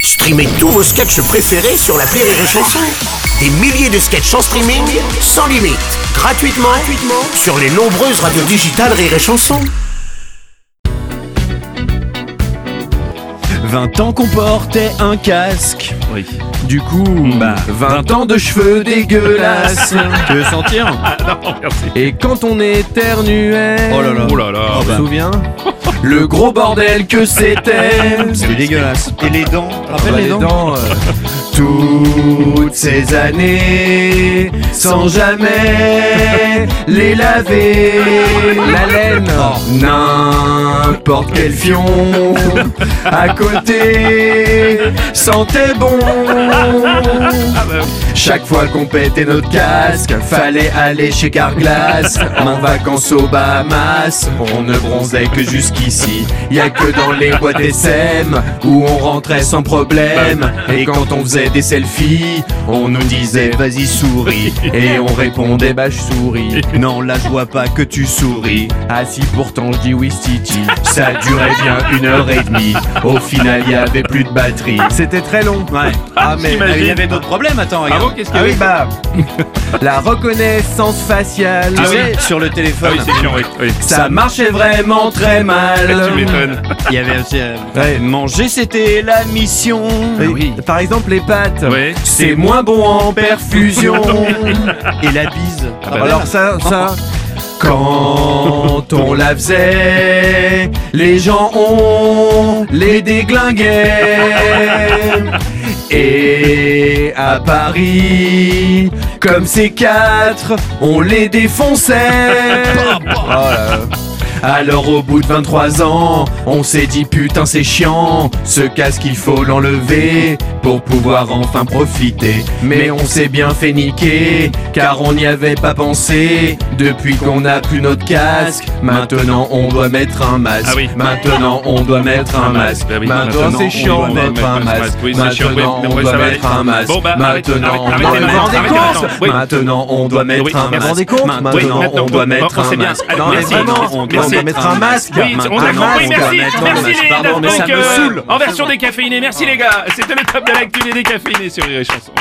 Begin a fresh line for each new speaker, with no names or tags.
Streamez tous vos sketchs préférés sur la Rire et Chanson. Des milliers de sketchs en streaming, sans limite, gratuitement, gratuitement sur les nombreuses radios digitales Rire et Chanson.
20 ans qu'on portait un casque.
Oui.
Du coup, bah, 20 ans de cheveux dégueulasses. tu veux sentir
non, merci.
Et quand on éternuait.
Oh là là. Oh là là.
Tu te souviens Le gros bordel que c'était. C'était dégueulasse.
Et les dents
Rappelle les dents. euh, Toutes ces années, sans jamais les laver. La laine, n'importe quel fion, à côté, sentait bon. Chaque fois qu'on pétait notre casque, fallait aller chez Carglass. En vacances aux Bahamas, on ne bronzait que jusqu'ici. Y a que dans les boîtes SM où on rentrait sans problème. Et quand on faisait des selfies, on nous disait vas-y souris. Et on répondait bah je souris. Non, là je vois pas que tu souris. Ah si pourtant je dis oui, Stiti. Ça durait bien une heure et demie. Au final, y avait plus de batterie. C'était très long. Ouais. Ah, mais
J'imagine.
Il y avait d'autres problèmes, attends,
Ah
regarde.
bon, qu'est-ce qu'il y
ah oui,
avait
bah, la reconnaissance faciale,
Ah
Tu sais,
oui.
sur le
Ah
téléphone,
oui, c'est chiant, oui. oui.
ça marchait vraiment très
Tu
mal.
m'étonnes.
il y avait aussi. euh,
Ouais.
Manger, c'était la mission.
Et Par exemple, les pâtes,
Oui.
c'est moins bon en perfusion.
Et la bise.
bah
Ah,
Alors ça, ça. Quand on la faisait, les gens on les déglinguait. Et à Paris, comme ces quatre, on les défonçait. Oh là là. Alors au bout de 23 ans, on s'est dit putain c'est chiant, ce casque il faut l'enlever pour pouvoir enfin profiter. Mais on s'est bien fait niquer, car on n'y avait pas pensé. Depuis qu'on a plus notre casque, maintenant on doit mettre un masque.
Ah oui.
Maintenant on doit mettre un masque.
Bah oui,
Maintenant
maintenant,
c'est
on
chiant
doit
de mettre un masque.
Oui, c'est chiant, oui,
Maintenant
mais
on
ouais,
doit
ça va
mettre
aller.
un masque.
Bon, bah, arrête,
Maintenant
arrête,
on doit
arrêtez,
mettre
arrêtez,
un
arrêtez, oui.
masque. Maintenant on doit mettre un
vous vous rendez
masque.
compte Oui,
Maintenant on doit
bon,
mettre
bon,
un
c'est bien.
masque.
Allez,
Non, mais
merci.
vraiment, on doit
Merci.
mettre un masque.
Oui, on a
Maintenant,
compris,
on doit
merci,
mettre un
merci
masque.
les
Pardon,
Daft
mais ça
Punk,
me
euh,
saoule.
en version décaféinée, merci les gars, c'était le top de l'actu des décaféinés sur Rire et Chanson.